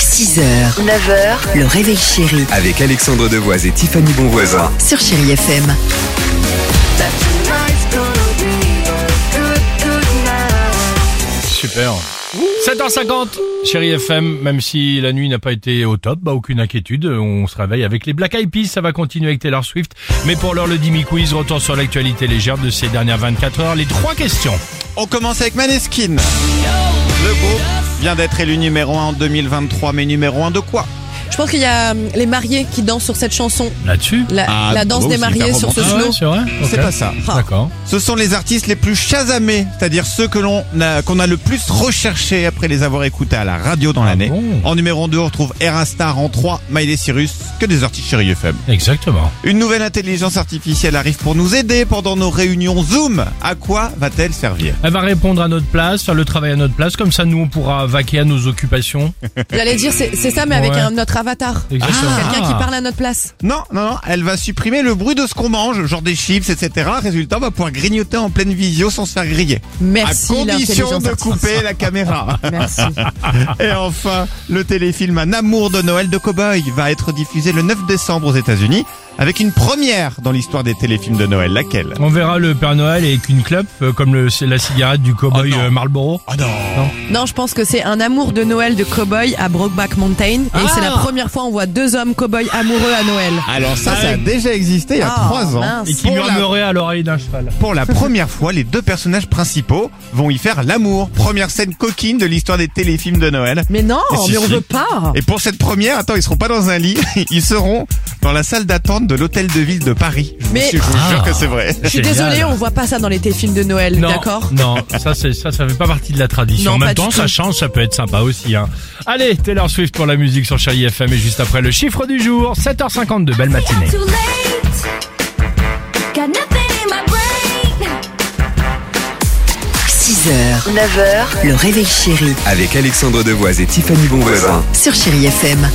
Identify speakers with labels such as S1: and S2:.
S1: 6h, 9h, le réveil chéri
S2: Avec Alexandre Devoise et Tiffany Bonvoisin.
S1: sur Chéri FM.
S3: Super. 7h50, chérie FM, même si la nuit n'a pas été au top, bah aucune inquiétude, on se réveille avec les Black Eyed Peas, ça va continuer avec Taylor Swift, mais pour l'heure le Dimi Quiz retourne sur l'actualité légère de ces dernières 24 heures, les trois questions.
S4: On commence avec Maneskin. Le groupe vient d'être élu numéro 1 en 2023, mais numéro 1 de quoi
S5: Je pense qu'il y a hum, les mariés qui dansent sur cette chanson.
S3: Là-dessus
S5: La,
S4: Ah,
S5: la danse
S4: bravo,
S5: des
S4: c'est hyper
S5: mariés sur ce
S3: Ah ouais,
S5: slow.
S3: c'est vrai
S4: C'est
S3: Ok.
S4: pas ça. Ah.
S3: D'accord.
S4: Ce sont les artistes les plus chasamés, c'est-à-dire ceux que l'on a, qu'on a le plus recherchés après les avoir écoutés à la radio dans l'année.
S3: bon
S4: en numéro 2, on retrouve Era Star. En 3, Miley Cyrus. Que des artistes chérie FM.
S3: Exactement.
S4: Une nouvelle intelligence artificielle arrive pour nous aider pendant nos réunions Zoom. À quoi va-t-elle servir
S3: Elle va répondre à notre place, faire le travail à notre place, comme ça nous on pourra vaquer à nos occupations.
S4: Ah
S5: J'allais dire, c'est c'est ça, mais avec
S3: Ouais.
S5: un, notre avatar.
S3: Exactement.
S5: Quelqu'un qui
S3: Ah.
S5: parle à notre place.
S4: Non, non, non, elle va supprimer le bruit de ce qu'on mange, genre des chips, etc. Résultat, on va pouvoir grignoter en pleine visio sans se faire griller.
S5: Merci,
S4: à condition
S5: l'intelligence
S4: de
S5: artificielle.
S4: couper la caméra.
S5: Merci.
S4: Et enfin, le téléfilm Un amour de Noël de Cowboy va être diffusé le 9 décembre aux États-Unis avec une première dans l'histoire des téléfilms de Noël. Laquelle
S3: On verra le Père Noël avec une clope, euh, comme le, c'est la cigarette du cowboy
S4: Oh non.
S3: euh, Marlboro.
S4: Oh non.
S5: Non, je pense que c'est un amour de Noël de cowboy à Brokeback Mountain. Et c'est
S4: Ah.
S5: la première fois on voit deux hommes cowboys amoureux à Noël.
S4: Alors ça, ça a déjà existé il y a
S5: Ah,
S4: trois ans.
S5: mince.
S3: Et qui
S4: Ah Pour la-
S3: murmurait à l'oreille d'un cheval.
S4: Pour la première fois, les deux personnages principaux vont y faire l'amour. Première scène coquine de l'histoire des téléfilms de Noël.
S5: Mais non,
S4: Et si,
S5: mais on
S4: si.
S5: veut pas.
S4: Et pour cette première, attends, ils seront pas dans un lit, ils seront dans la salle d'attente de l'hôtel de ville de Paris. Je vous-
S5: Mais-
S4: je vous
S3: Ah.
S4: jure que c'est vrai.
S5: Je suis désolée, on voit pas ça dans les téléfilms de Noël,
S3: Non,
S5: d'accord
S3: Non, ça, c'est, ça, ça fait pas partie de la tradition.
S5: Non,
S3: en même
S5: pas du
S3: temps, ça
S5: tout.
S3: change, ça peut être sympa aussi. Hein. Allez, Taylor Swift pour la musique sur Chérie FM et juste après le chiffre du jour, 7h52, belle matinée.
S6: Too late. Got nothing in my brain.
S1: 6h, 9h, le réveil chéri
S7: Avec Alexandre Devoise et Tiffany Bonvoisin.
S1: sur Chéri FM.